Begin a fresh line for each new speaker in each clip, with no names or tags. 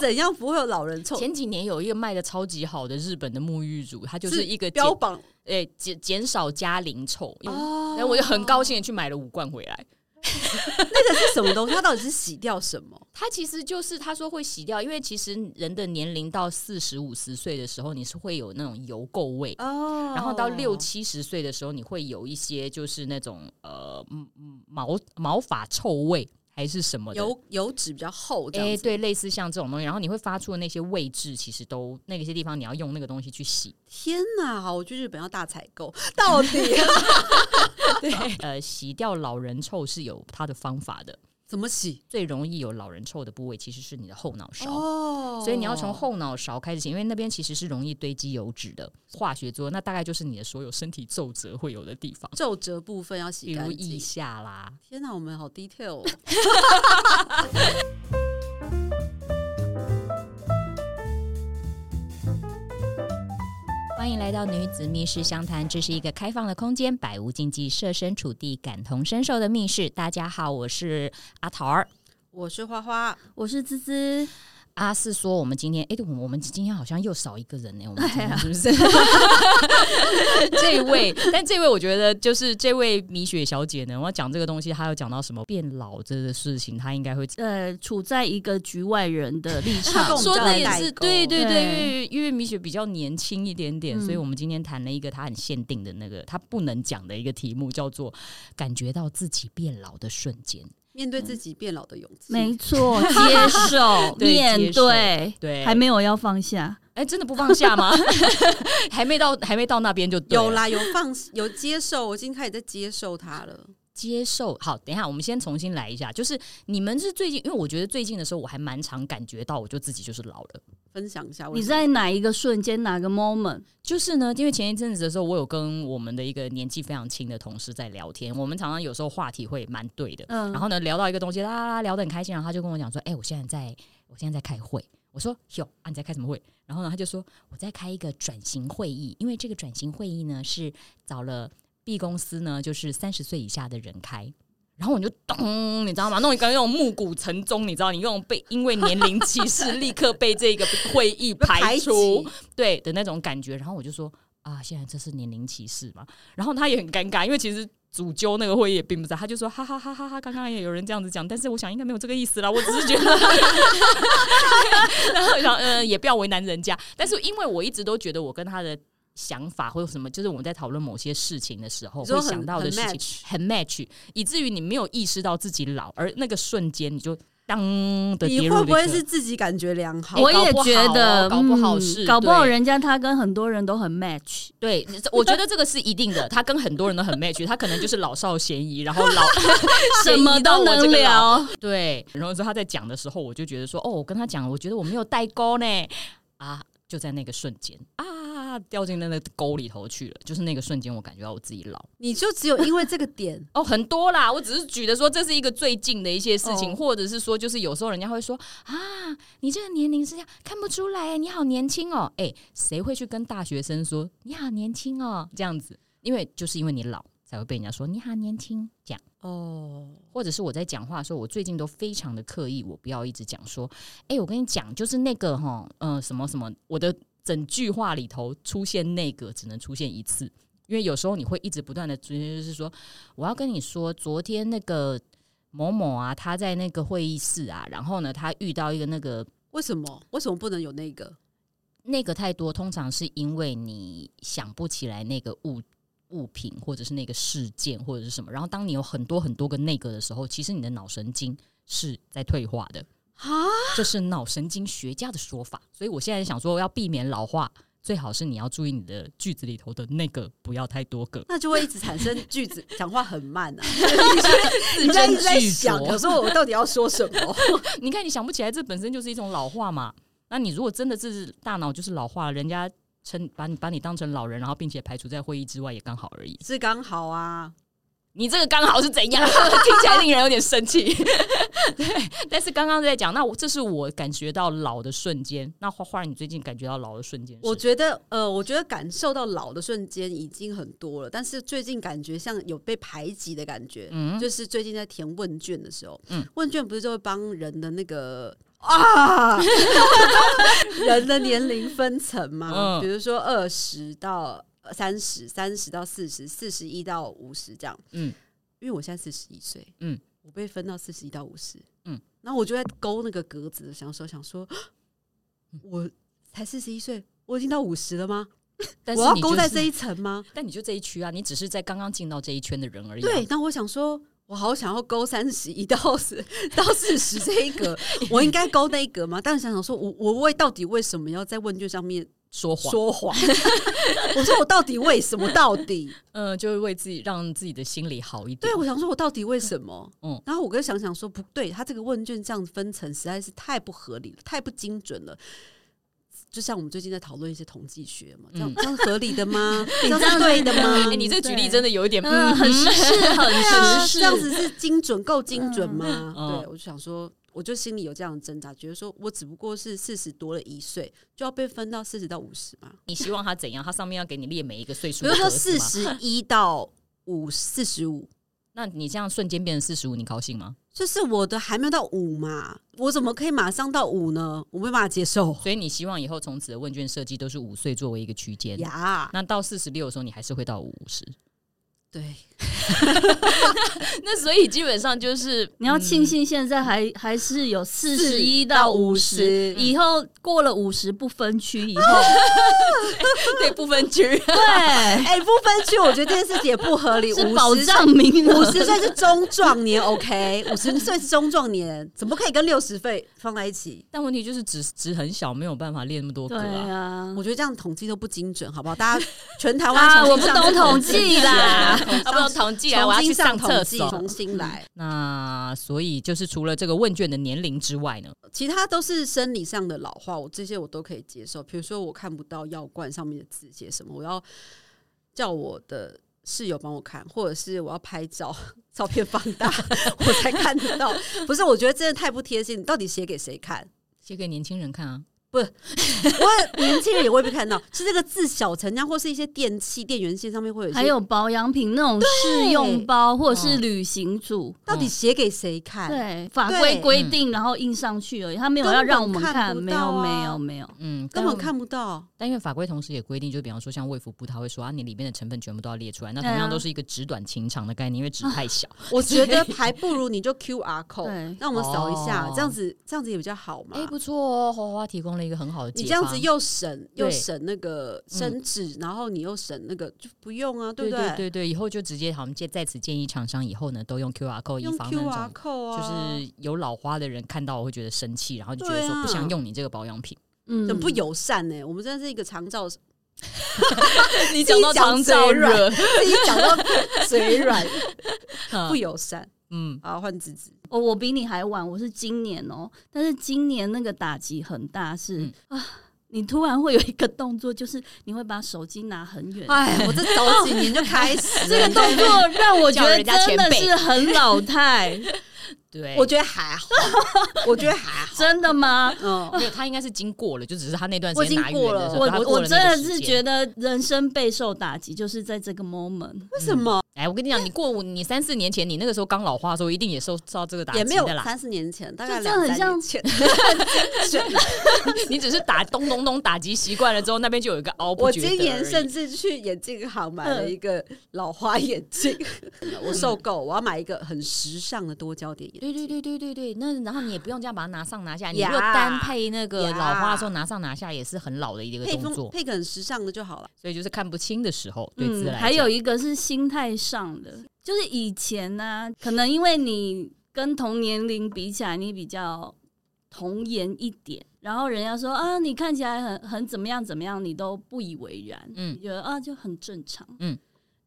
怎样不会有老人臭？
前几年有一个卖的超级好的日本的沐浴乳，它就是一个减
标榜
诶减减少加零臭，因为
哦
然后我就很高兴的去买了五罐回来。
那个是什么东西？它 到底是洗掉什 么？
它其实就是他说会洗掉，因为其实人的年龄到四十五十岁的时候，你是会有那种油垢味，
哦
然后到六七十岁的时候，你会有一些就是那种呃嗯嗯毛毛发臭味还是什么的。
油油脂比较厚这
哎、
样子。
对，类似像这种东西，然后你会发出的那些位置，其实都那些地方你要用那个东西去洗。
天哪，好，我去日本要大采购， 到底
对， 呃，洗掉老人臭是有它的方法的。
怎么洗？
最容易有老人臭的部位其实是你的后脑勺。
哦
所以你要从后脑勺开始洗，因为那边其实是容易堆积油脂的化学作用，那大概就是你的所有身体皱褶会有的地方，
皱褶部分要
比
洗干
如腋
净。
下啦。
天哪，我们好 detail 哦。
欢迎来到女子密室相谈，这是一个开放的空间，百无禁忌，设身处地，感同身受的密室。大家好，我是阿桃儿。
我是花花，
我是滋滋，
阿四啊说：“我们今天，哎、对，我们今天好像又少一个人呢、我们今天是不是？ 这一位，但这位我觉得就是这位米雪小姐呢，我要讲这个东西，她有讲到什么变老这个事情，她应该会
呃，处在一个局外人 的立
他跟
场
我，们
说的也
代
是
沟
对对对，
对
因为因为米雪比较年轻一点点，
嗯
所以我们今天谈了一个她很限定的那个她不能讲的一个题目，叫做感觉到自己变老的瞬间。
面对自己变老的勇气。
没 错，接受
对
面
接受
对，
对，
还没有要放下，
哎，真的不放下吗？ 还没到还没到那边就对了啊
有啦，有放，有接受，我已经开始在接受它了。
接受。好，等一下，我们先重新来一下，就是你们是最近，因为我觉得最近的时候，我还蛮常感觉到，我就自己就是老了。
分享一下为
你
什么，
在哪一个瞬间，哪个 moment？
就是呢，因为前一阵子的时候，我有跟我们的一个年纪非常轻的同事在聊天，我们常常有时候话题会蛮对的，
嗯
然后呢聊到一个东西，啦啦啦聊得很开心，然后他就跟我讲说：“哎、我现在在，我现在在开会。”我说：“哟啊，你在开什么会？”然后呢，他就说：“我在开一个转型会议，因为这个转型会议呢是找了 B 公司呢，就是三十岁以下的人开。”然后我就咚，你知道吗？弄一个那种暮鼓晨钟，你知道，你那种被因为年龄歧视，立刻被这个会议
被排
排除。
挤
对的那种感觉。然后我就说啊，现在这是年龄歧视嘛。然后他也很尴尬，因为其实主揪那个会议也并不在，他就说哈哈哈哈哈，刚刚也有人这样子讲，但是我想应该没有这个意思啦，我只是觉 得，然后想呃也不要为难人家，但是因为我一直都觉得我跟他的。想法或者什么，就是我们在讨论某些事情的时候，
你说
会
很
想到的
很
事情
match
很 match，以至于你没有意识到自己老，而那个瞬间你就当的跌
你
入
会
了
不会
一个
是自己感觉良好？
哎
我也
搞不好哦
觉得，
搞不好
嗯
是
搞不好
对
人家他跟很多人都很 match，
对， 我觉得这个是一定的。他跟很多人都很 match，他可能就是老少咸宜，然后老
什么都能。
嫌疑到我这个老
聊，
对，然后说他在讲的时候，我就觉得说，哦，我跟他讲，我觉得我没有代沟呢。啊，就在那个瞬间啊，掉进那个沟里头去了。就是那个瞬间，我感觉到我自己老。
你就只有因为这个点
哦，很多啦，我只是举的说这是一个最近的一些事情，
哦
或者是说，就是有时候人家会说啊，你这个年龄是这样，看不出来，你好年轻哦。哎、谁会去跟大学生说你好年轻哦这样子？因为就是因为你老才会被人家说你好年轻这样。
哦，
或者是我在讲话的时候，我最近都非常的刻意，我不要一直讲说，哎、我跟你讲，就是那个哈，呃，什么什么，我的整句话里头出现那个只能出现一次，因为有时候你会一直不断的，就是说，我要跟你说，昨天那个某某啊，他在那个会议室啊，然后呢，他遇到一个那个
为什么？为什么不能有那个？
那个太多，通常是因为你想不起来那个物物品或者是那个事件或者是什么。然后当你有很多很多个那个的时候，其实你的脑神经是在退化 的，
啊，
这是脑神经学家的说法。所以我现在想说，要避免老化，最好是你要注意你的句子里头的那个不要太多 个。
那就会一直产生句子， 讲话很慢啊。你在一直在想，有时候我到底要说什 么？
你看你想不起来，这本身就是一种老化嘛。那你如果真的是大脑就是老化了，人家称把你把你当成老人，然后并且排除在会议之外，也刚好而已。
是刚好啊，
你这个刚好是怎样？ 听起来令人有点生 气。对，但是刚刚在讲，那我这是我感觉到老的瞬间。那花花，你最近感觉到老的瞬间是？
我觉得呃，我觉得感受到老的瞬间已经很多了，但是最近感觉像有被排挤的感觉。
嗯，
就是最近在填问卷的时候，
嗯
问卷不是就会帮人的那个啊，人的年龄分层嘛，
嗯
比如说二十到三十，三十到四十，四十一到五十这样。
嗯
因为我现在四十一岁，
嗯
嗯，我被分到四十一到五十，
嗯
嗯，然后我就在勾那个格子，想说想说，
嗯
我才四十一岁，我已经到五十了吗？
但
我
是
要
你
勾
就
在
是
这一层吗？
但你就这一区啊，你只是在刚刚进到这一圈的人而已、啊
对，，但我想说。我好想要勾三十一到四到四十这一格，我应该勾那一格吗？但是想想说，我我为到底为什么要在问卷上面
说谎，
说谎？ 我说我到底为什么？到底
嗯、就是为自己让自己的心里好一点。
对，我想说，我到底为什么？
嗯
嗯，然后我跟想想说，不对，他这个问卷这样分层实在是太不合理了，太不精准了。就像我们最近在讨论一些统计学嘛，这样、
嗯
这样合理的吗？这样
这样
是
子
对的吗？
哎你这举例
对
真的有一点，
嗯，
嗯，
很时 事，很
对啊，
时事，
这样子是精准够精准吗？
嗯
对，我就想说，我就心里有这样的挣扎，觉得说我只不过是四十多了一岁，就要被分到四十到五十嘛，
你希望他怎样？他上面要给你列每一个岁数，
比如说四，十一到五四十五，
那你这样瞬间变成四十五，你高兴吗？
就是我的还没有到五嘛，我怎么可以马上到五呢？我没办法接受
所以你希望以后从此的问卷设计都是五岁作为一个区间。
呀。
那到四十六的时候，你还是会到五十。
对，
那所以基本上就是
你要庆幸现在还还是有四十一到五
40
十，
嗯
以后过了五十不分区 以后，
嗯对不分区，
对，
哎、不分区，我觉得这件事情也不合理。
是
五
保
十
障
岁，
名
五
额。
十岁是中壮年，OK，五十岁是中壮年，怎么可以跟六十岁放在一起？
但问题就是只只很小，没有办法列那么多
对
个啊。
啊
我，觉得这样统计都不精准，好不好？大家全台湾
啊，
重
我
新
不
上
懂
这个
统计啦，
要不要统计啊？我要
重新
去上
上
厕
统计，
所。
重新来。
那所以就是除了这个问卷的年龄之外呢，
其他都是生理上的老化，我这些我都可以接受。比如说，我看不到药罐上面的字写什么，我要叫我的室友帮我看，或者是我要拍照，照片放大我才看得到。不是，我觉得真的太不贴心，到底写给谁看？
写给年轻人看啊。
我年轻人也未必看到，是这个字小成那样，或是一些电器、电源线上面会有一些，
还有保养品那种试用包或者是旅行组，
到底写给谁看？
对法规规定，然后印上去而已，他没有要让我们看，
根本
没
看不到
有
啊
没有没有，
嗯，
根本
但
看不到。
但因为法规同时也规定，就比方说像卫福部，他会说啊，你里面的成分全部都要列出来。那同
对
样
啊
都是一个纸短情长的概念，因为纸太小。
我觉 得还不如你就 QR
对
code，让我们扫一下，
哦
这样子这样子也比较好嘛。
哎、不错哦，花花提供了一个很好的解
你
方。
这样子又省
对
又省那个生纸，然后你又省那个就不用啊，
对
不
对对对，以后就直接好，我们建在此建议厂商以后呢，都用 QR code，
用
以防那
QR
种
code
就
啊，
是有老花的人看到我会觉得生气，然后就觉得
对
说
啊
不想用你这个保养品。
嗯，
很不 友善呢、我们真的是一个长 照，自
你
讲到长照惹， 己讲到嘴软，不
嗯
友善。
嗯，
好，换子子，
哦，我比你还晚，我是今年哦，但是今年那个打击很大是，
嗯
啊，你突然会有一个动作，就是你会把手机拿很远。
啊
哎，我这早几年就开 始
这个
了，
动作让我觉
叫
得
人家前
真的
辈
是很老态，
对，
我觉得还 好，我觉得还好，
真的吗？
嗯，
没有，他应该是经过了，就只是他那段
我
时
已
间
经
拿
过
远的
了
时候，
我
哦他过
我
了
真
那个
的
时
是
间
觉得人生备受打击，就是在这个 moment。
为什么、
哎，我跟你讲，你过五，你三四年前，你那个时候刚老化的时候，一定也受到这个打
也没
击
有
的啦。
三四年前，大概
就这样
两
很
三
像
年前，
你只是打咚咚咚打击习惯了之后，那边就有一个凹不
我
觉得而已。
今年甚至去眼镜行买了一个老花眼镜，
嗯
我受够，我要买一个很时尚的多焦点眼镜。
对对对对对对，那然后你也不用这样把它拿上拿下，你
呀
如果单配那个
呀
老花的时候拿上拿下也是很老的一个
配
动
风
嗯作，
配个很时尚的就好了。
所以就是看不清的时候，对自己
嗯，
来
还有
讲
一个是心态上的，就是以前呢、可能因为你跟同年龄比起来，你比较童颜一点，然后人家说啊，你看起来很很怎么样怎么样，你都不以为然，
嗯
你觉得啊就很正常，
嗯。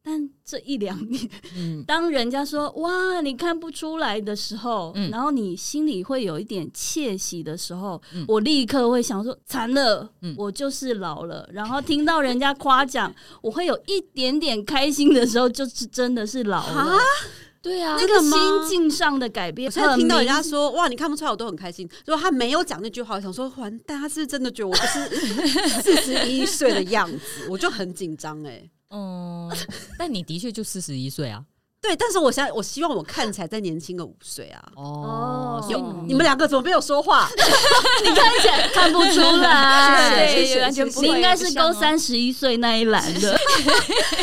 但这一两年，
嗯
当人家说“哇，你看不出来”的时候，
嗯
然后你心里会有一点窃喜的时候，
嗯
我立刻会想说：“惨了，
嗯
我就是老了。”然后听到人家夸奖， 我会有一点点开心的时候，就是真的是老了
啊。
对啊
那
真的
个
吗
心境上的改变，
我现在听到人
很
家
明显
说哇，你看不出来，我都很开心。如果他没有讲那句话，我想说完蛋，他是不是真的觉得我就是四十一岁 的样子，我就很紧张哎。
嗯，但你的确就四十一岁啊，
对，但是我想，我希望我看起来再年轻个五岁啊。
哦
哦，
所以
有
你们两个怎么没有说话？
你看起 来看不出
谢
来，
谢谢谢
完全不
你
会
应该是
不像
勾
哦
三十一岁那一栏 的，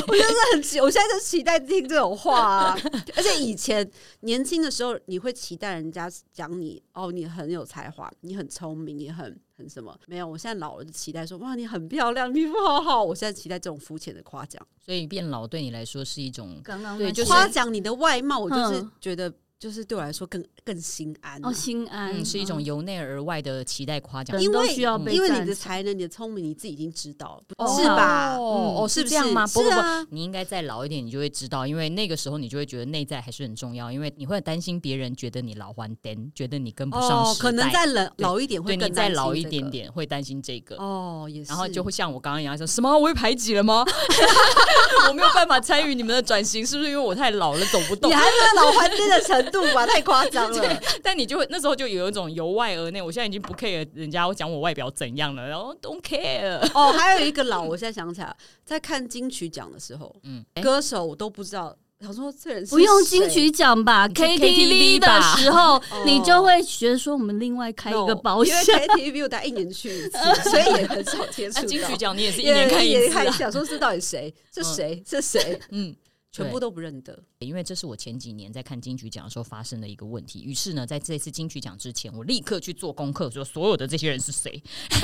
我真的很期， 我现在就期待听这种话啊！ 而且以前年轻的时候，你会期待人家讲你哦，你很有才华，你很聪明，你很很什么？没有，我现在老了就期待说哇，你很漂亮，皮肤好好。我现在期待这种肤浅的夸奖，
所以变老对你来说是一种
刚刚
对就是
夸奖你的外貌，我就是
嗯
觉得就是对我来说更更心安啊、
哦，心安、
嗯是一种由内而外的期待夸奖
人，
啊因
都
为
需要被
因为
赞
你的
赏
才能、你的聪明，你自己已经知道了，
哦
是吧？
哦，
嗯
哦是
不
这样吗？
是
不不不，
啊，
你应该再老一点，你就会知道，因为那个时候你就会觉得内在还是很重要，因为你会担心别人觉得你老还颠，觉得你跟不上
哦
时代，，
可能再老老一点会
对
更
你再
担心
老一
这
点
个
点会担心这个。
哦，也是，
然后就会像我刚刚一样说什么我被排挤了吗？ 我没有办法参与你们的转型，是不是因为我太老了走不动
你？还没有老还真的程度吧，太夸张了。
但你就会那时候就有一种由外而内，我现在已经不 care 人家讲我外表怎样了，然后 don't care。
哦，还有一个老，我现在想起来，在看金曲奖的时候，
嗯，哎
歌手我都不知道，想说这人是
不用
谁
金曲奖吧
去 KTV
，KTV
吧哦
的时候，你
哦
就会觉得说我们另外开一个
No，
保险，
因为 KTV 我大概一年去一次，所以也很少接触
那
到。
金曲奖你也是一
也
年看一
也
次
看
啊，
想说这到底谁？这谁？这谁？
嗯。
全部都不认得。
因为这是我前几年在看金曲奖的时候发生的一个问题，于是呢，在这次金曲奖之前，我立刻去做功课，说所有的这些人是谁，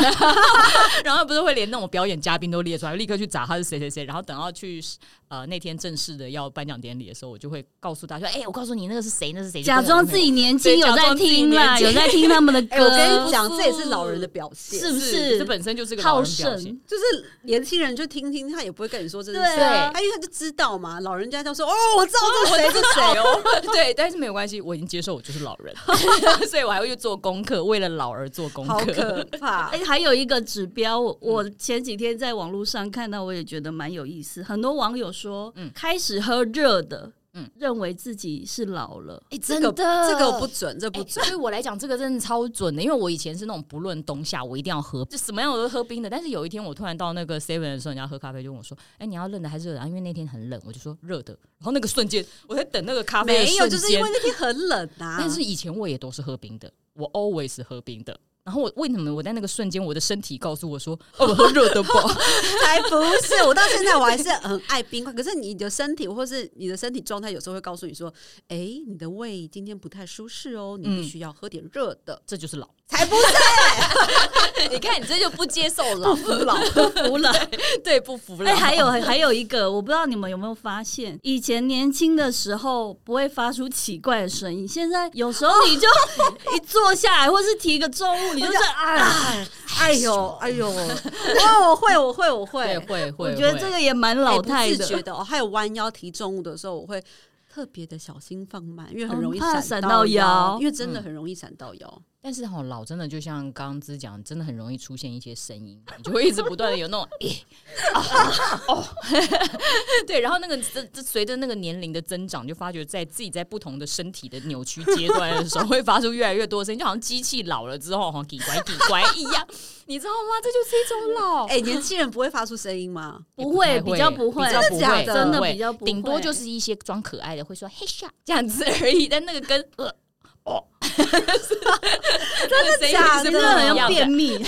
然后不是会连那种表演嘉宾都列出来，立刻去找他是谁谁谁，然后等到去呃那天正式的要颁奖典礼的时候，我就会告诉大家，哎、我告诉你那个是谁，那是谁，
假装自己年轻，
对假
有
装
在
自己
听
年
啦，
轻
有在听他们的
哎，我跟
歌
你，讲，这也是老人的表现，
是
就
不
是
是
这？本身就是个老
好
人表 现
胜，
就是年轻人就听听，他也不会跟你说这是
对
谁，
啊
他因为他就知道嘛。老人家就说：“哦，我知道 这是谁，这是谁。”哦
哎呦， 对，但是没有关系，我已经接受我就是老人， 所以我还会去做功课，为了老而做功
好
课。
可怕
哎、！还有一个指标，我
嗯
我前几天在网络上看到，我也觉得蛮有意思。很多网友说，
嗯
开始喝热的，
嗯
认为自己是老了。
哎、
这
真
个
的，
这个我不准，这
哎
不准。
对我来讲，这个真的超准的，因为我以前是那种不论冬夏，我一定要喝，就什么样我都喝冰的。但是有一天，我突然到那个 Seven 的时候，人家喝咖啡就问我说：“哎、你要冷的还是热的、啊？”因为那天很冷，我就说热的。然后那个瞬间，我在等那个咖啡的
没有，
瞬
就
间
是因为那天很冷啊。
但是以前我也都是喝冰的，我 always 喝冰的。然后我为什么我在那个瞬间，我的身体告诉我说：“哦，我喝热的吧。”
才不是，我到现在我还是很爱冰块。可是你 的身体或是你的身体状态，有时候会告诉你说：“哎、你的胃今天不太舒适哦，你必须要喝点热的。
这就是老。
才不是
你看你这就不接受
不
哎
老，
服老，
服了。
对，不服
哎、还有还有一个，我不知道你们有没有发现，以前年轻的时候不会发出奇怪的声音，现在有时候你就一坐下来，或是提个重物，你就是啊，
哎 呦哎呦，哦我我会我会我
对，
会，
会会，
我觉得这个也蛮老态
哎不自觉
的。
的哦。还有弯腰提重物的时候，我会。特别的小心放慢，因为很容易
嗯怕
闪
闪到
腰，
腰
因为真的
嗯
很容易闪到腰。
但是好老真的就像刚刚之讲，真的很容易出现一些声音，你就会一直不断的有那种 诶啊哦，对，然后那个这这随着那个年龄的增长，就发觉在自己在不同的身体的扭曲阶段的时候，会发出越来越多的声音，就好像机器老了之后，哈，叽拐叽拐一样，你知道吗？这就是一种老。
哎、年轻人不会发出声音吗？
不会，
不
比
太
较
会
不会，
比较不
假
会，
的
真的
不会
比较不会，
顶多就是一些装可爱的，会说嘿呀这样子而已。但那个跟呃 哦，真的
假
是
的
不
真的很
一
像
样
便
的
秘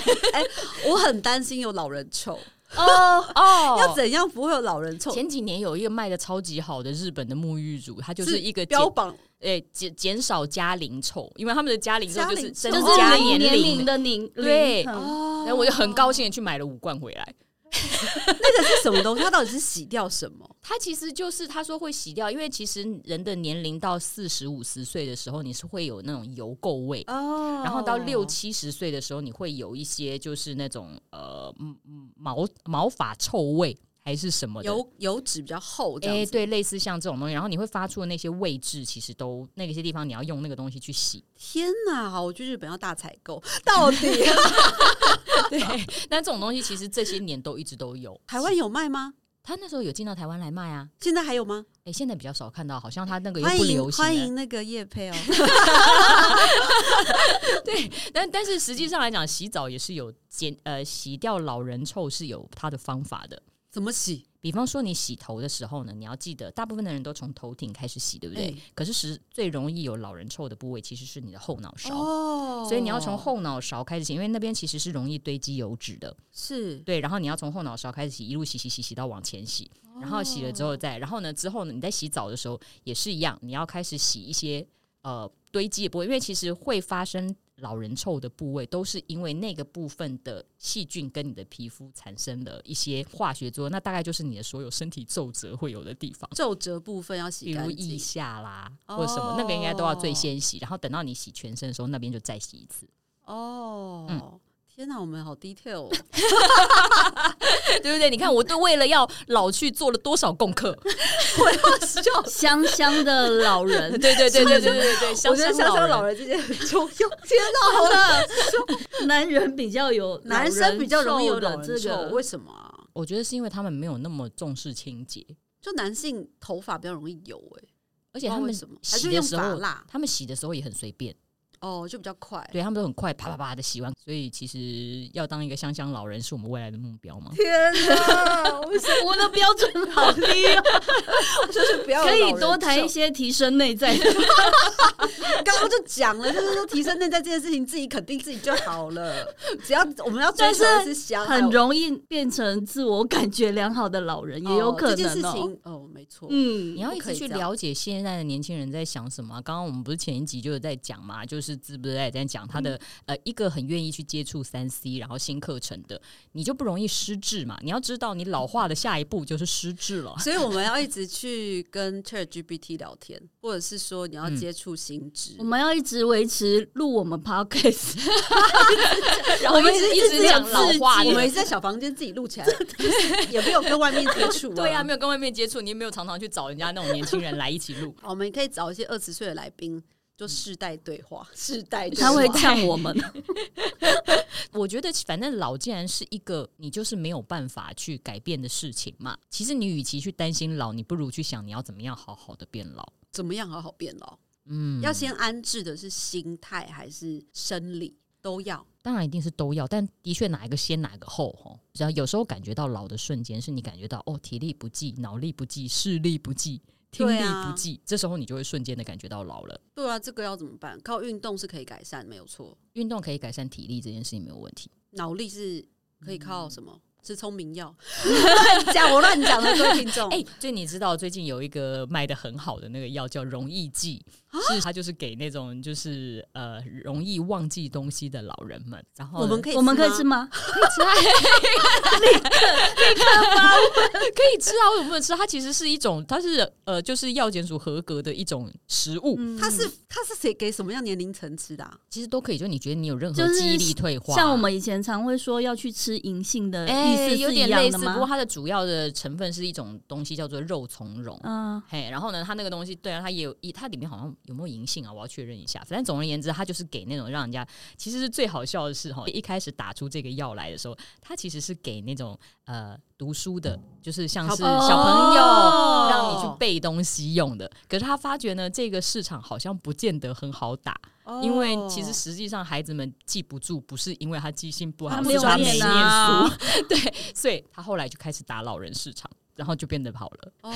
我很担心有老人臭，
哦。
要
哦。
怎样不会有老人臭？
前几年有一个卖的超级好的日本的沐浴乳，它就是一个减
标榜
诶减减少加龄臭，因为他们的加龄臭就是
加
增
龄
就
臭
加
是
年
零年龄
龄。
的零，
对
零嗯
哦
然后我就很高兴的去买了五罐回来。
那个是什么东西？它到底是洗掉什么？
它其实就是他说会洗掉，因为其实人的年龄到四十五十岁的时候，你是会有那种油垢味
哦
然后到六七十岁的时候，你会有一些就是那种呃嗯嗯毛毛发臭味还是什么的。
油油脂比较厚这
哎、
样子。
对，类似像这种东西，然后你会发出的那些位置，其实都那些地方你要用那个东西去洗。
天哪，好我去日本要大采购，到底
对，但这种东西其实这些年都一直都有。
台湾有卖吗？
他那时候有进到台湾来卖啊，
现在还有吗？
哎、现在比较少看到，好像他那个又
欢
不流
迎
行了。
欢迎那个叶 配哦，
但但是实际上来讲，洗澡也是有减呃洗掉老人臭是有它的方法的。
怎么洗？
比方说你洗头的时候呢，你要记得，大部分的人都从头顶开始洗，对不对？
哎
可是实最容易有老人臭的部位其实是你的后脑勺。
哦
所以你要从后脑勺开始洗，因为那边其实是容易堆积油脂的，
是
对。然后你要从后脑勺开始洗，一路洗洗洗洗到往前洗，然后洗了之
哦
后再，然后呢之后呢，你在洗澡的时候也是一样，你要开始洗一些呃堆积的部位，因为其实会发生老人臭的部位，都是因为那个部分的细菌跟你的皮肤产生了一些化学作用，那大概就是你的所有身体皱褶会有的地方。
皱褶部分要
比
洗干
如腋
净，
下啦，或者什么，那个应该都要最先洗，然后等到你洗全身的时候，那边就再洗一次。
哦，
嗯
天哪，我们好 detail，哦
对不对？你看，我都为了要老去做了多少功课。
香香的老人
对，对对对对对对，
我觉得香香老
人
人这件很重要。天哪，好了，
男人比较有老
男生比较容易有
人
老
臭
人
的
臭，
这个
为什么啊？
我觉得是因为他们没有那么重视清洁，
就男性头发比较容易油，哎，
而
不
且
知道
他们
为什么，还
洗
是
的
用
时
发
候，
蜡
他们洗的时候也很随便，
哦，就比较快。
对他们都很快啪啪啪的洗完，所以其实要当一个香香老人是我们未来的目 标吗？
天哪，我
我的标准好低哦，
就是 不要有
可以
老人
多谈
臭
一些提升内在的。
刚刚就讲了，就是说提升内在这件事情，自己肯定自己就好 了。只要我们要追求的是想
很容易变成自我感觉良好的老人，也有可
这件事
能哦。
情哦，没错，
嗯
你，要一
不可
直
以
去
这样
了解现在的年轻人在想什么啊、刚刚我们不是前一集就有在讲嘛，就是资不在在讲他的、
嗯
呃，一个很愿意去接触三 C，然后新课程的，你就不容易失智嘛。你要知道，你老化的下一步就是失智 了。
所以我们要一直去跟 Chat GPT 聊天，或者是说你要接触新知
我。们要一直维持录我们 podcast，
然后一直一直讲
自己
老话
嗯
我
的。
们在小房间自己录起来，就是也没有跟外面接 触、
对啊，
啊，
没有跟外面接触，你也没有常常去找人家那种年轻人来一起录。
好我们可以找一些二十岁的来宾，就世代对话，世代对话
他会呛我们。
我觉得反正老既然是一个你就是没有办法去改变的事情嘛，其实你与其去担心老，你不如去想你要怎么样好好的变老。
怎么样好好变老？
嗯，
要先安置的是心态还是生理都要？
当然一定是都要，但的确哪一个先哪一个后哦。只要有时候感觉到老的瞬间，是你感觉到哦体力不济、脑力不济、视力不济、听
对
力
啊
不济，这时候你就会瞬间的感觉到老了。
对啊，这个要怎么办？靠运动是可以改善，没有错。
运动可以改善体力这件事情没有问题。
脑力是可以靠
嗯
什么？吃聪明药？ 乱讲，我乱讲的，各位听众。
哎、就你知道最近有一个卖的很好的那个药叫容易记，是它就是给那种就是呃容易忘记东西的老人们。然后
我们
可
可以，
我们可以吃？吗？
以吃啊，为什么不能吃？它其实是一种，它是呃就是药检署合格的一种食物，
嗯
他是他是谁给什么样年龄层吃的啊？
其实都可以。就你觉得你有任何
就是
记忆力退化，
像我。们以前常会说要去吃银杏的
哎、
意思
有
是一
点
样
类
的
似，不过
吗？
它的主要的成分是一种东西叫做肉苁蓉。
嗯，
嘿，然后呢，它那个东西，对啊，它也有，它里面好像有没有银杏啊？我要确认一下。反正总而言之，它就是给那种让人家，其实是最好笑的是哈，一开始打出这个药来的时候，它其实是给那种呃读书的，就是像是
小
小朋友、
哦
让你去背东西用的。可是他发觉呢，这个市场好像不见得很好打，
哦
哦
因为其实实际上孩子们记不住，不是因为他记性不好，
他
不
没
是
有
他没念
念
书，
啊
对，所以他后来就开始打老人市场，然后就变得好了。
哦，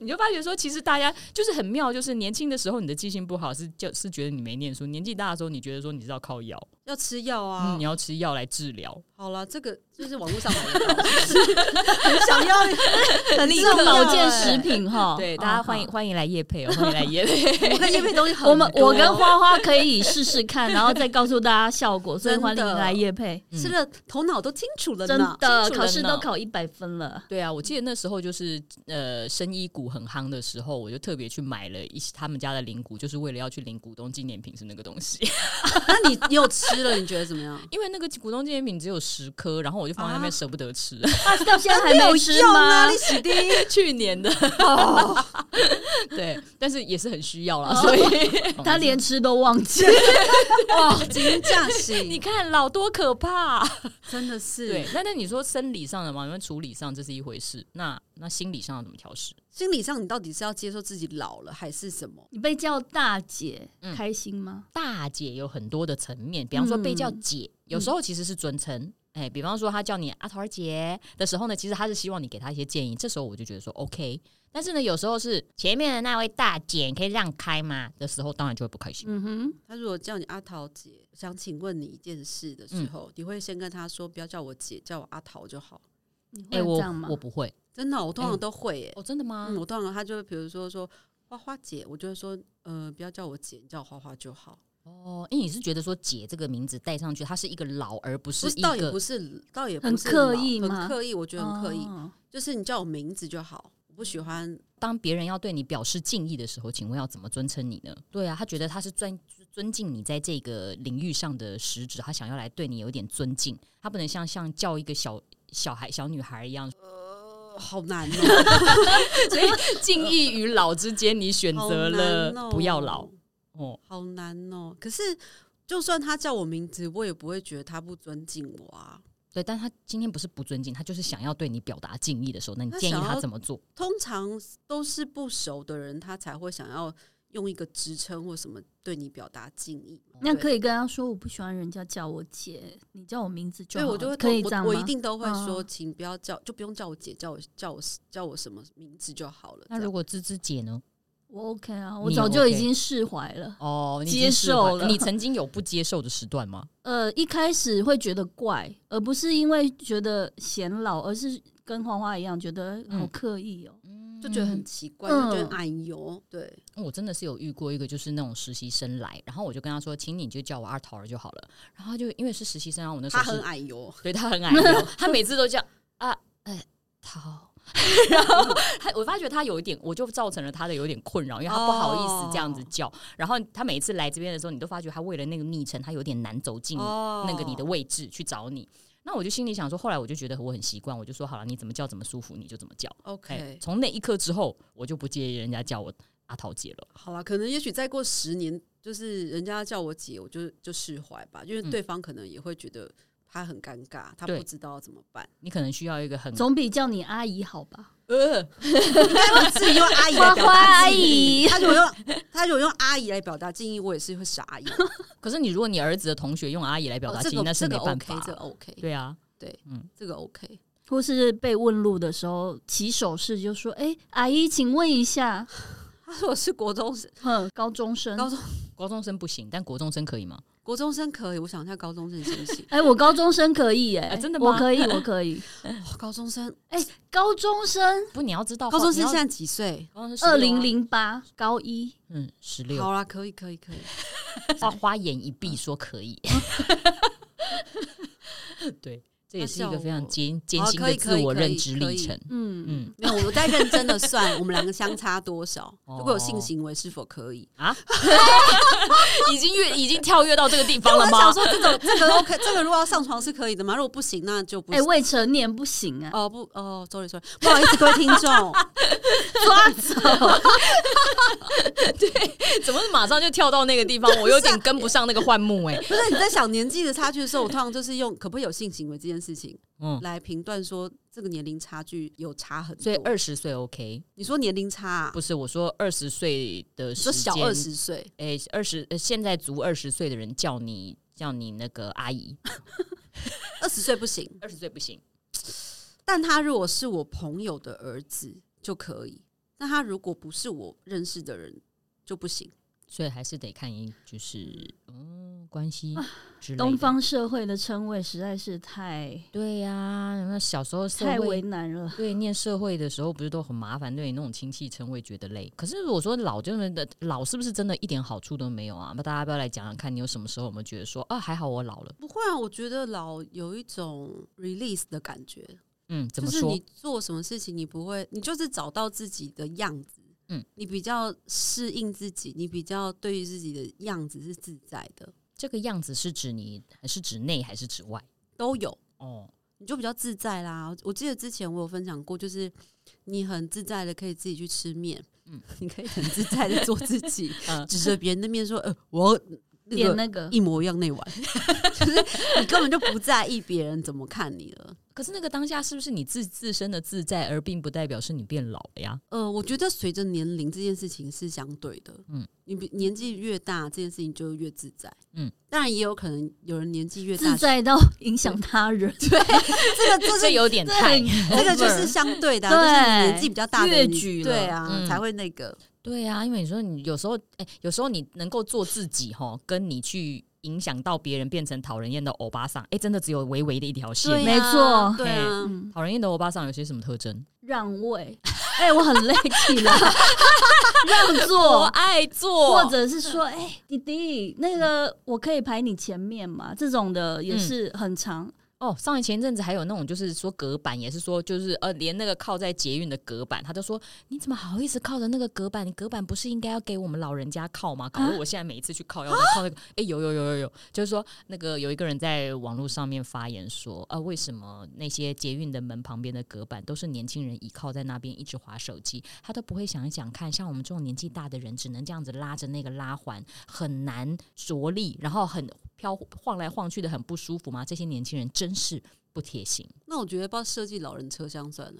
你就发觉说，其实大家就是很妙，就是年轻的时候你的记性不好是就是觉得你没念书，年纪大的时候你觉得说你是要靠药，
要吃药啊
嗯，你。要吃药来治疗。
好了，这个就是网络 上买的药，很想要，欸很
这
重
种
要
保健食
哎。
品哈，
哦对，大家欢迎欢迎来叶配哦，欢迎来叶配。
我看叶配东西
好。好
很
我们我跟
多
花花可以试试看，然后再告诉大家效果，所以欢迎
真的
来夜配。
吃了头脑都清楚了
真
呢。
的，
清楚了
考试
呢
都考一百分了。
对啊，我记得那时候就是呃，生医股很夯的时候，我就特别去买了一些他们家的灵骨，就是为了要去领股东纪念品是那个东西，
那你你有吃了，你觉得怎么 样？
因为那个股东纪念品只有十颗，然后我就放在那边
啊
舍不得吃，
啊，到现在还没吃
用
吗
啊，？你洗的。
去年的，对，但是也是很需要啦，
哦
所以
他连吃都忘记。
哦，金价型
你看老多可怕、
真的是
对，那那你说生理上的嘛，因为处理上这是一回事，那那心理上要怎么调试？
心理上，你到底是要接受自己老了，还是什么？
你被叫大姐，
嗯
开心吗？
大姐有很多的层面，比方说被叫
嗯
姐，有时候其实是尊称，哎，比方说他叫你阿桃儿姐的时候呢，其实他是希望你给他一些建议。这时候我就觉得说 OK，但是呢，有时候是前面的那位大姐，你可以让开吗？的时候，当然就会不开心。
嗯哼，
他如果叫你阿桃姐，想请问你一件事的时
嗯
候，你会先跟他说不要叫我姐，叫我阿桃就好。
你会
哎、
这
我
样吗
我？不会
真的哦、我通常
嗯
哎
都会耶、
哦，真的吗？
嗯，我通常他就会比如说说花花姐，我就会说呃不要叫我姐，你叫我花花就好。
哦，因为你是觉得说“姐”这个名字戴上去，它是一个老，而不是
不
一
倒也
个
不是，倒也不
很
是老
刻意吗
很刻意，我觉得很刻意。
哦
就是你叫我名字就好，我不喜欢
当别人要对你表示敬意的时候，请问要怎么尊称你呢？对啊，他觉得他是尊尊敬你在这个领域上的实质，他想要来对你有一点尊敬，他不能像像叫一个小小孩、小女孩一样。
呃，好难哦，
所以 敬意与老之间，你选
好
择
难
了
哦
不要老，哦。
好难哦。可是就算他叫我名字，我也不会觉得他不尊敬我啊。
对，但他今天不是不尊敬，他就是想要对你表达敬意的时候，那你
他
建议
想
他
要
怎么做？
通常都是不熟的人，他才会想要用一个职称或什么对你表达敬意。
那
对
可以跟他说，我不喜欢人家叫我姐，你叫我名字
所
就
以
好了。
我就会
可以
我
这样吗？
我一定都会说，
嗯
请不要叫，就不用叫我姐，叫我叫我叫我什么名字就好了。这
那
样
如果芝芝姐呢？
我 OK 啊，我
你
早就
OK
已经释怀了。
哦，你已
接
经释怀
受了
你曾经有不接受的时段吗？
呃，一开始会觉得怪，而不是因为觉得显老，而是跟花花一样觉得好
嗯
刻意哦、
就觉得很奇怪，就觉得
嗯
哎呦，对，
我真的是有遇过一个，就是那种实习生来，然后我就跟他说，请你就叫我二桃儿就好了。然后就因为是实习生，然后我那时
他
候是
很矮哟。
对他很矮哟， 他每次都叫啊呃桃。 然后他，我发觉他有一点，我就造成了他的有点困扰，因为他不好意思这样
哦
子叫。然后他每次来这边的时候，你都发觉他为了那个昵称，他有点难走进
哦
那个你的位置去找你。那我就心里想说，后来我就觉得我很习惯，我就说好了，你怎么叫怎么舒服你就怎么叫。哎
OK，
从那一刻之后，我就不介意人家叫我阿桃姐了。
好了，可能也许再过十年，就是人家叫我姐，我就就释怀吧，因为
嗯
对方可能也会觉得他很尴尬，他
对
不知道怎么办。
你可能需要一个很
总比叫你阿姨好吧？
呃，
至于用阿姨
花
来表
花
达
阿
敬意，
姨，
他如果用他如果用阿姨来表达敬意，我也是会傻眼。
可是你如果你儿子的同学用阿姨来表
哦
达
这
敬意，
个
那是
这
没
个
办
OK，
法。
这个 OK，
对啊，
这个 OK。
或是被问路的时候起手势就说：“哎、阿姨，请问一 下。
他说我是国中生，”
哼，高中生，
高中
高中生不行，但国中生可以吗？
国中生可以，我想一下高中生行不行？
哎、我高中生可以哎、
啊真的
我
吗
可以，我可以。
哦高中生， 哦
高中 生，
不，你要知道，
高中
你
生
要
现在几岁？
高中生
二
16
零
啊，
零八高一，
嗯，十六，
好啦，啊可以，可以，可以。
花花眼一闭说可以。 对，这也是一个非常艰艰
好
辛
可
的
以
自我
可以
认知
可
历
以
程。
嗯
嗯
没有，我在认真的算我们两个相差多 少，
哦
如果有性行为是否可以？
啊，已经越已经跳跃到这个地 方
我
了吗
想？说这种这个 OK，这个如果要上床是可以的吗？如果不行，那就不
哎、
行。
未成年不行啊，
哦不哦，sorry sorry，不好意思，各位听 众，
抓走。
哎怎么马上就跳到那 个地方？
啊
我有点跟不上那个换幕哎、
不是你在想年纪的差距的时候，我通常就是用可不可以有性行为这件事情
嗯，
来评断说这个年龄差距有差很多。
所以二十岁 OK，
你说年龄差、啊
不，是我说二十岁的
你
时
说
间，
小二，十岁，
哎，二十现在足二十岁的人叫你叫你那个阿姨，
二十岁不行，
二十岁不行。
但他如果是我朋友的儿子就可以，那他如果不是我认识的人就不行。
所以还是得看一就是嗯关系之类的
东方社会的称谓实在是太
对呀、那小时候社
太为
会
难了。
对念社会的时候不是都很麻烦，对你那种亲戚称谓觉得累。可是如果说老就是的老是不是真的一点好处都没有啊？那大家不要来讲讲看，你有什么时候有没有觉得说啊还好我老了？
不会啊，我觉得老有一种 release 的感觉，
嗯，怎
就
么
是
说
你？做什么事情，你不会，你就是找到自己的样子，
嗯，
你比较适应自己，你比较对于自己的样子是自在的，
这个样子是指你还是指内还是指外？
都有，
哦，
你就比较自在啦。我记得之前我有分享过，就是你很自在的可以自己去吃面，嗯
嗯，
你可以很自在的做自己，
嗯
指着别人的面说，呃，我要那
点
个
那个，
一模一样那碗，就是你根本就不在意别人怎么看你了。
可是那个当下是不是你自自身的自在，而并不代表是你变老了呀？
呃，我觉得随着年龄这件事情是相对的，
嗯
嗯，你比年纪越大，这件事情就越自在，
嗯
嗯，当然也有可能有人年纪越大
自，在到影响他 人，
这个 这
这
是
有点
这
太
很
这个就是相对的、啊，就是你年纪比较大的
越
你
举
对
了
啊，
嗯
才会那个，
对啊，因为你说你有时候，哎、有时候你能够做自己吼，跟你去影响到别人变成讨人厌的欧巴桑，哎、真的只有微微的一条线。
对啊
没错
对啊，
嗯，
讨人厌的欧巴桑有些什么特征？
让位，哎、我很累起 来，让
我
座，
爱做，
或者是说，哎、弟弟，那个我可以排你前面嘛？这种
嗯
的也是很长，
哦，上一前阵子还有那种，就是说隔板，也是说，就是呃，连那个靠在捷运的隔板，他就说你怎么好意思靠着那个隔板？你隔板不是应该要给我们老人家靠吗？搞得我现在每一次去靠要再靠那个，哎、有有有有有，就是说那个有一个人在网络上面发言说，啊，为什么那些捷运的门旁边的隔板都是年轻人倚靠在那边一直划手机，他都不会想一想看，像我们这种年纪大的人，只能这样子拉着那个拉环，很难着力，然后很飘晃来晃去的，很不舒服吗？这些年轻人真是不贴心。
那我觉得不要设计老人车厢算了，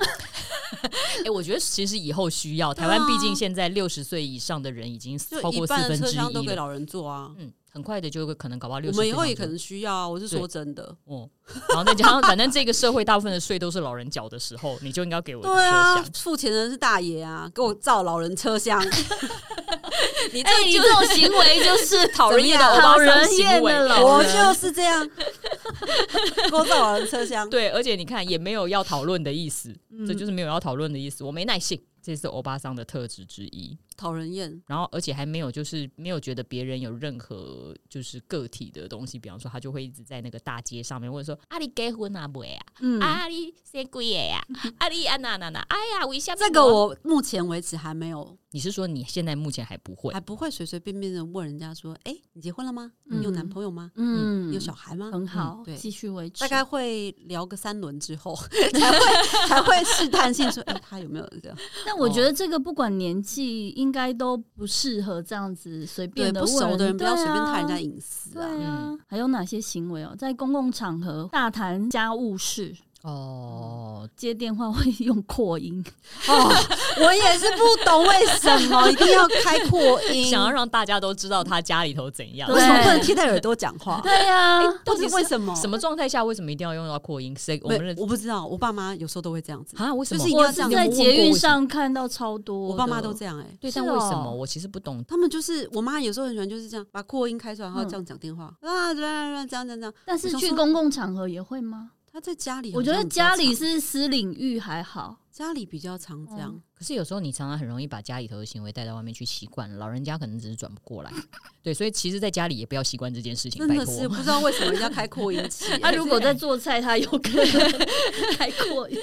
哎、我觉得其实以后需要，台
对啊
湾毕竟现在六十岁以上的人已经
就
超
一
过四
半的
分
车
之
厢都
一
给
了。
老人坐啊。
嗯，很快的就会可能搞不好六
我
十。
们以后也可能需要啊，我是说真的。
哦，然后再加上反正这个社会大部分的税都是老人缴的时候，你就应该给我一个
对
设
啊
想。，
付钱的人是大爷啊，给我造老人车厢，
你这
哎、 你
就
这种行为就是
讨人厌的欧
讨
巴桑
人
行
厌
为
的。老
我
人。
就是这 样，给我造老人车厢。
对，而且你看也没有要讨论的意思，
嗯
这就是没有要讨论的意思。我没耐性，这是欧巴桑的特质之一。
讨人厌，
然后而且还没有就是没有觉得别人有任何就是个体的东西，比方说他就会一直在那个大街上面问说：“啊，你结婚啊不啊？
嗯，
啊你生鬼的呀？啊你啊哪哪哪？哎呀，我一下
这个我目前为止还没有，
你是说你现在目前还不会
还？不会随随便便的问人家说：“哎，你结婚了吗？
嗯
你有男朋友吗？
嗯，
你有小孩吗？”
很好
嗯，对
继续维持。
大概会聊个三轮之后，才会才会试探性说：“哎，他有没有这样
但我觉
哦
得这个不管年纪，应该都不适合这样子随
对
便的
不熟的人不要随便踏人家
影。
隐私
啊对
啊。
啊，还有哪些行为哦？在公共场合大谈家务事，
哦，
接电话会用 扩音，”
哦，我也是不懂为什么一定要开扩音，
想要让大家都知道他家里头怎样
对
为。什么不能贴在耳朵讲 话？
对呀、啊，
到底为什么？
什么状态下为什么一定要用到扩音？谁我
没？
们认
我不知道，我爸妈有时候都会这样子，
啊？为什么？
就是一定
我
要
是
这样
在
你有没有问过
捷运
为什么
上看到超多的，
我爸妈都这样哎、
对，
是
但为什
哦
么、我其实不懂？
他们就是我妈有时候很喜欢就是这样把扩音开出来，然后
嗯
这样讲电话、啊，这样这样这样这样。
但是
我想
去
说
公共场合也会吗？
他在家里好
我
像比
觉
较常，
得家
啊
里是私领域还好，
家里比较常这样
嗯，
可是有时候你常常很容易把家里头的行为带到外面去习惯了，老人家可能只是转不过来。对，所以其实，在家里也不要习惯这件事情，
真
拜
的是
托。
不知道为什么要开扩音 器、
他、如果
哎
在做菜，他有可能 开扩音。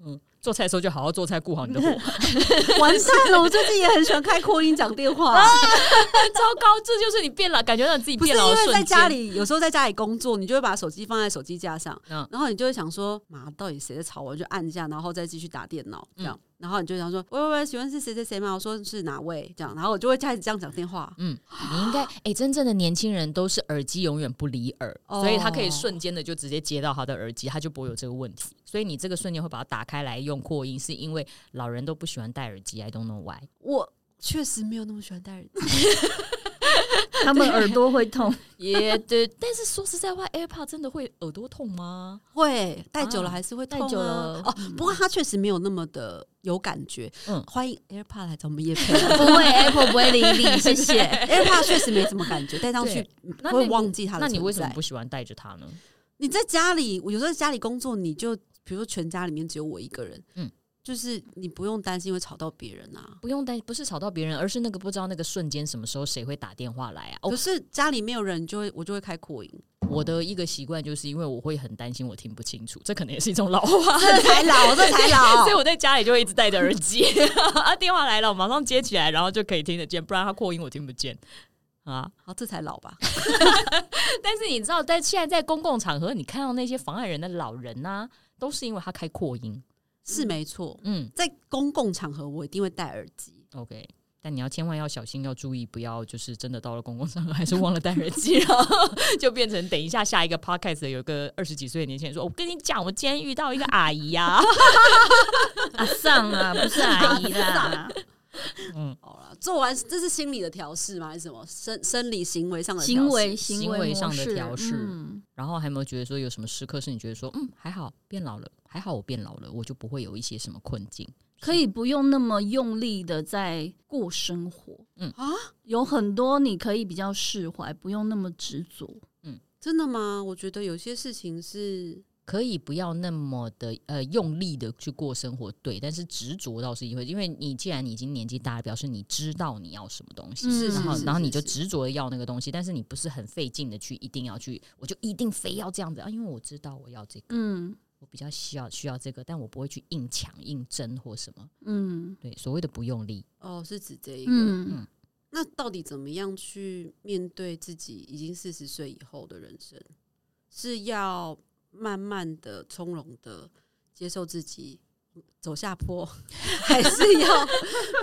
做菜的时候就好好做菜，顾好你的火。
完蛋了！我最近也很喜欢开扩音讲电话，啊
糟糕，这就是你变老，感觉到你自己
不是
变
因
老的瞬
为
间。
在家里，有时候在家里工作，你就会把手机放在手机架上，
嗯
然后你就会想说，妈，到底谁在吵我？就按一下，然后再继续打电脑这样。然后你就想说，喂喂喂，请问是谁谁谁吗？我说是哪位？这样，然后我就会开始这样讲电话。
嗯，你应该哎、真正的年轻人都是耳机永远不离耳，
哦
所以他可以瞬间的就直接接到他的耳机，他就不会有这个问题。所以你这个瞬间会把它打开来用扩音，是因为老人都不喜欢戴耳机，I don't know why。
我确实没有那么喜欢戴耳机，
他们耳朵会痛。
也对，
但是说实在话，AirPod 真的会耳朵痛吗？
会戴久了
啊
还是会痛、
戴
啊
久了
哦。不过它确实没有那么的有感觉。
嗯
欢迎 AirPod 来找我们叶 配。
不会，Apple 不会理 你，谢谢。
AirPod 确实没什么感觉，戴上去
对
嗯
那
会
那你
忘记它的
那你
存
为什么
在
不喜欢带着它呢？
你在家里，我有时候在家里工作，你就比如说全家里面只有我一个人，
嗯
嗯，就是你不用担心会吵到别人啊。
不用担，不是吵到别人，而是那个不知道那个瞬间什么时候谁会打电话来啊。哦
可，是家里没有人，就会我就会开扩 音，
我的一个习惯就是因为我会很担心我听不清楚，这可能也是一种老 化，
这才老，这才老
所以。我在家里就会一直戴着耳机， 啊，电话来了我马上接起来，然后就可以听得见，不然它扩音我听不见啊。
好，这才老吧？
但是你知道，在现在在公共场合，你看到那些妨碍人的老人呐、都是因为他开扩音。
是没错，
嗯
在公共场合我一定会戴耳机，
，OK，但你要千万要小心，要注意，不要就是真的到了公共场合还是忘了戴耳机，然后 就变成等一下下一个 podcast 有个二十几岁的年轻人说：“我跟你讲，我今天遇到一个阿姨啊。
阿丧啊，不是阿姨啦，
嗯，
好了，做完这是心理的调试吗？还是什么生生理行为上的调
行为
试
行
行为
为
上的
模式
调试
嗯
然后还有没有觉得说有什么时刻是你觉得说，嗯，还好变老了，还好我变老了，我就不会有一些什么困境。
可以不用那么用力的在过生活，
啊？
有很多你可以比较释怀，不用那么执着。
真的吗？我觉得有些事情是
可以不要那么的呃用力的去过生活，对，但是执着倒是一回，因为你既然你已经年纪大了，表示你知道你要什么东西，
嗯
然后
是是
然后你就是执着的要那个东西，但是你不是很费劲的去一定要去，我就一定非要这样子啊，因为我知道我要这个，
嗯
我比较需要需要这个，但我不会去硬抢硬争或什么，
嗯
对，所谓的不用力，
哦，是指这一个。
嗯，
那到底怎么样去面对自己已经四十岁以后的人生？是要慢慢的、从容的接受自己走下坡，还是要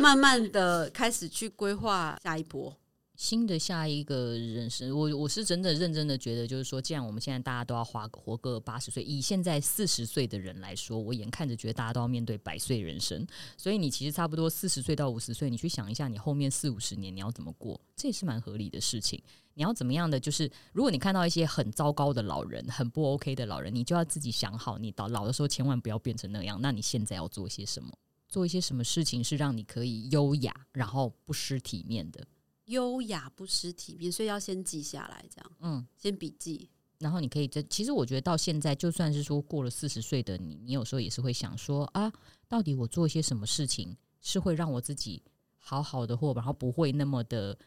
慢慢的开始去规划下一波？
新的下一个人生，我我是真的认真的觉得，就是说，既然我们现在大家都要活活个八十岁，以现在四十岁的人来说，我眼看着觉得大家都要面对百岁人生，所以你其实差不多四十岁到五十岁，你去想一下，你后面四五十年你要怎么过，这也是蛮合理的事情。你要怎么样的？就是如果你看到一些很糟糕的老人，很不 OK 的老人，你就要自己想好，你到老的时候千万不要变成那样。那你现在要做些什么？做一些什么事情是让你可以优雅，然后不失体面的？
优雅不失体面，所以要先记下来，这样
嗯。
先笔记。
然后你可以这，其实我觉得到现在，就算是说过了四十岁的你，你有时候也是会想说啊，到底我做一些什么事情是会让我自己好好的活，然后不会那么的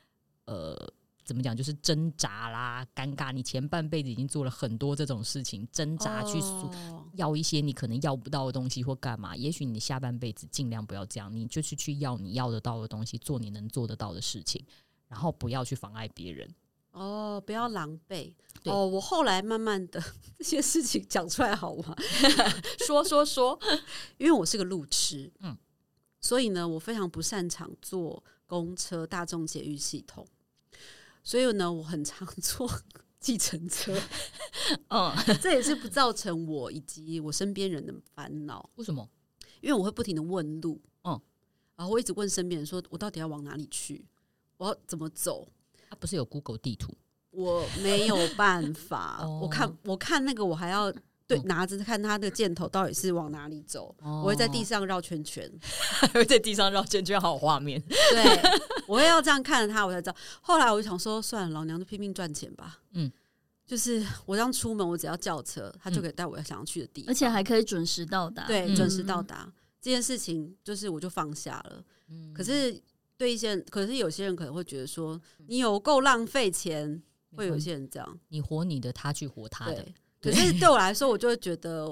呃，怎么讲，就是挣扎啦、尴尬。你前半辈子已经做了很多这种事情，挣扎去诉
哦
要一些你可能要不到的东西或干嘛，也许你下半辈子尽量不要这样，你就是去要你要得到的东西，做你能做得到的事情，然后不要去妨碍别人。
哦，不要狼狈。
对
哦，我后来慢慢的这些事情讲出来好吗？
说说说，
因为我是个路痴，
嗯
嗯，所以呢，我非常不擅长坐公车、大众捷运系统，所以呢，我很常坐 计程车，
嗯，
这也是不造成我以及我身边人的烦恼，
为什么？
因为我会不停的问路，
嗯
嗯，然后我一直问身边人说，我到底要往哪里去，我要怎么走。
啊，不是有 Google 地图？
我没有办法，
哦
我看我看那个，我还要对
嗯哦
拿着看它的箭头到底是往哪里走，
我
我会在地上绕圈 圈。
会在地上绕圈圈，好有画面。
对，我会要这样看着他，我才知道。后来我就想说，算了，老娘就拼命赚钱吧。
嗯
嗯，就是我这样出门，我只要叫车，他就可以带我想要去的地方，
而且还可以准时到达。
对
嗯
准时到达、这件事情，就是我就放下了。
嗯
可是对一些人，可是有些人可能会觉得说，
嗯
你有够浪费钱，会有一些人这样。
你活你的，他去活他的。
对，可是对我来说，我就会觉得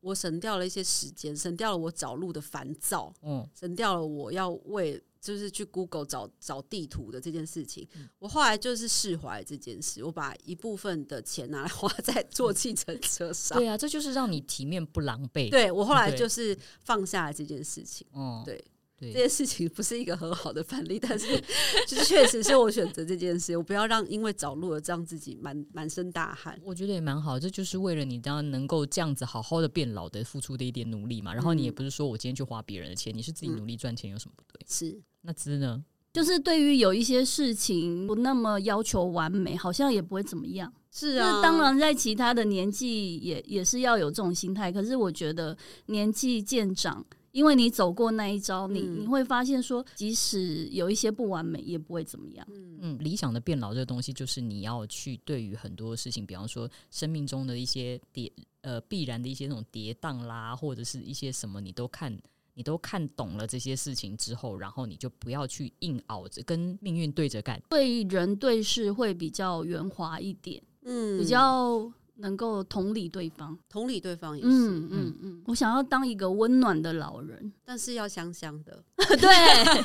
我省掉了一些时间，省掉了我找路的烦躁。
嗯，
省掉了我要为就是去 Google 找找地图的这件事情。
嗯
我后来就是释怀这件事，我把一部分的钱拿来花在坐计程车上。
对啊，这就是让你体面不狼狈。，
对我后来
对
就是放下了这件事情。
嗯，
对这
对，
件事情不是一个很好的范例，但是就是确实是我选择这件事，我不要让因为找路而让自己满满身大汗。
我觉得也蛮好。这就是为了你当然能够这样子好好的变老的付出的一点努力嘛。然后你也
嗯
不是说我今天去花别人的钱，你是自己努力赚钱，有什么不对？
是，
那只呢？
就是对于有一些事情不那么要求完美，好像也不会怎么样。
是
那
啊，
当然，在其他的年纪也也是要有这种心态。可是我觉得年纪渐长，因为你走过那一招，你
嗯
你会发现说，即使有一些不完美，也不会怎么样。
嗯，
嗯，理想的变老这个东西，就是你要去对于很多事情，比方说生命中的一些跌呃必然的一些那种跌宕啦，或者是一些什么，你都看你都看懂了这些事情之后，然后你就不要去硬熬着跟命运对着干。
对人对事会比较圆滑一点，
嗯
比较能够同理对方。
同理对方也是，
嗯嗯嗯，我想要当一个温暖的老 人，
但是要香香的。
对，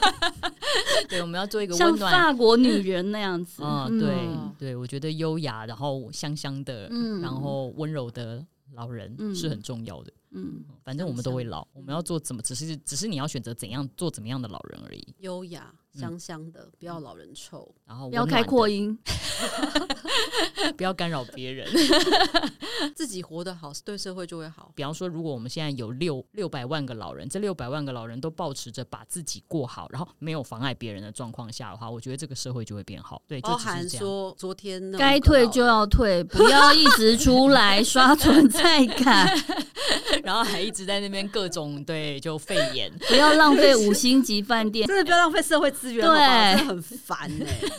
对，我们要做 一个
像
温暖。
法国女人那样子。
嗯，对
嗯
对，我觉得优雅，然后香香的，
嗯
然后温柔的老人
嗯
是很重要的。
嗯，
嗯反正我们都会老，我们要做怎么，只是只是你要选择怎样做怎么样的老人而已。
优雅、香香的，不要老人臭。
然后
不要
温
开
暖的
扩，音，
不要干扰别人。
自己活得好，对社会就会好。
比方说，如果我们现在有六六百万个老人，这六百万个老人都保持着把自己过好，然后没有妨碍别人的状况下的话，我觉得这个社会就会变好。对，
包
就只
含
是这样。
说昨天那
该
五个老
退
人
就要退，不要一直出 来刷存在感，
然后还一直在那边各种对，就肺 炎。
不要浪费五星级饭 店，
真的不要浪费社会资源，好
对
不好真的很烦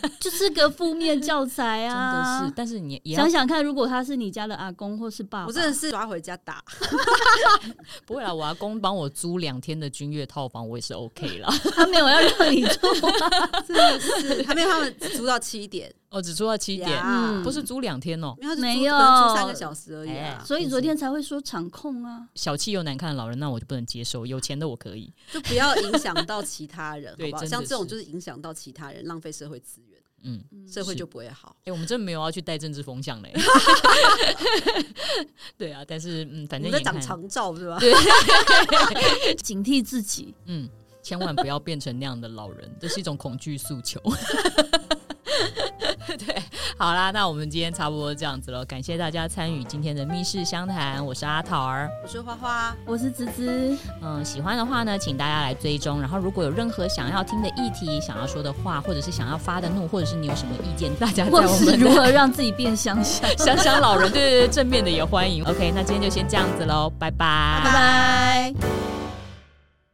哎、
就是个负面教材
真的
啊！
是，但是你也要
想想看，如果他是你家的阿公或是爸爸，
我真的是抓回家 打，
不会啦，我阿公帮我租两天的君悦套房，我也是 OK 啦。
他没有要让你啊住，
真的是 还没有他们租到七点，
我哦只租到七点，
呀
嗯
不是租两天哦。
因为他
没
只租
有
可能租三个小时而已啊
哎，
所以昨天才会说场控啊。
小气又难看的老人，那我就不能接受。有钱的我可以，
就不要影响到其他 人，好
对
不好？
真的
像这种
是
就是影响到其他人，浪费社会资源，
嗯。
嗯
社会
是
就不会好。
哎、我们真没有要去带政治风向嘞。 对啊，但是嗯，
我
反
们
正
在
眼
长
看
长照是吧？
警惕自己，
嗯，千万不要变成那样的老 人，这是一种恐惧诉求。 对，好啦，那我们今天差不多这样子了，感谢大家参与今天的密室相谈，我是阿桃儿。
我是花花，
我是芝芝，
嗯，喜欢的话呢，请大家来追踪。然后，如果有任何想要听的议题、想要说的话，或者是想要发的怒，或者是你有什么意见，大家在
或
我
是
们
如
的
何让自己变 香香。
想想老人，对对对，正面的也欢迎。OK，那今天就先这样子喽，拜拜
拜。
拜。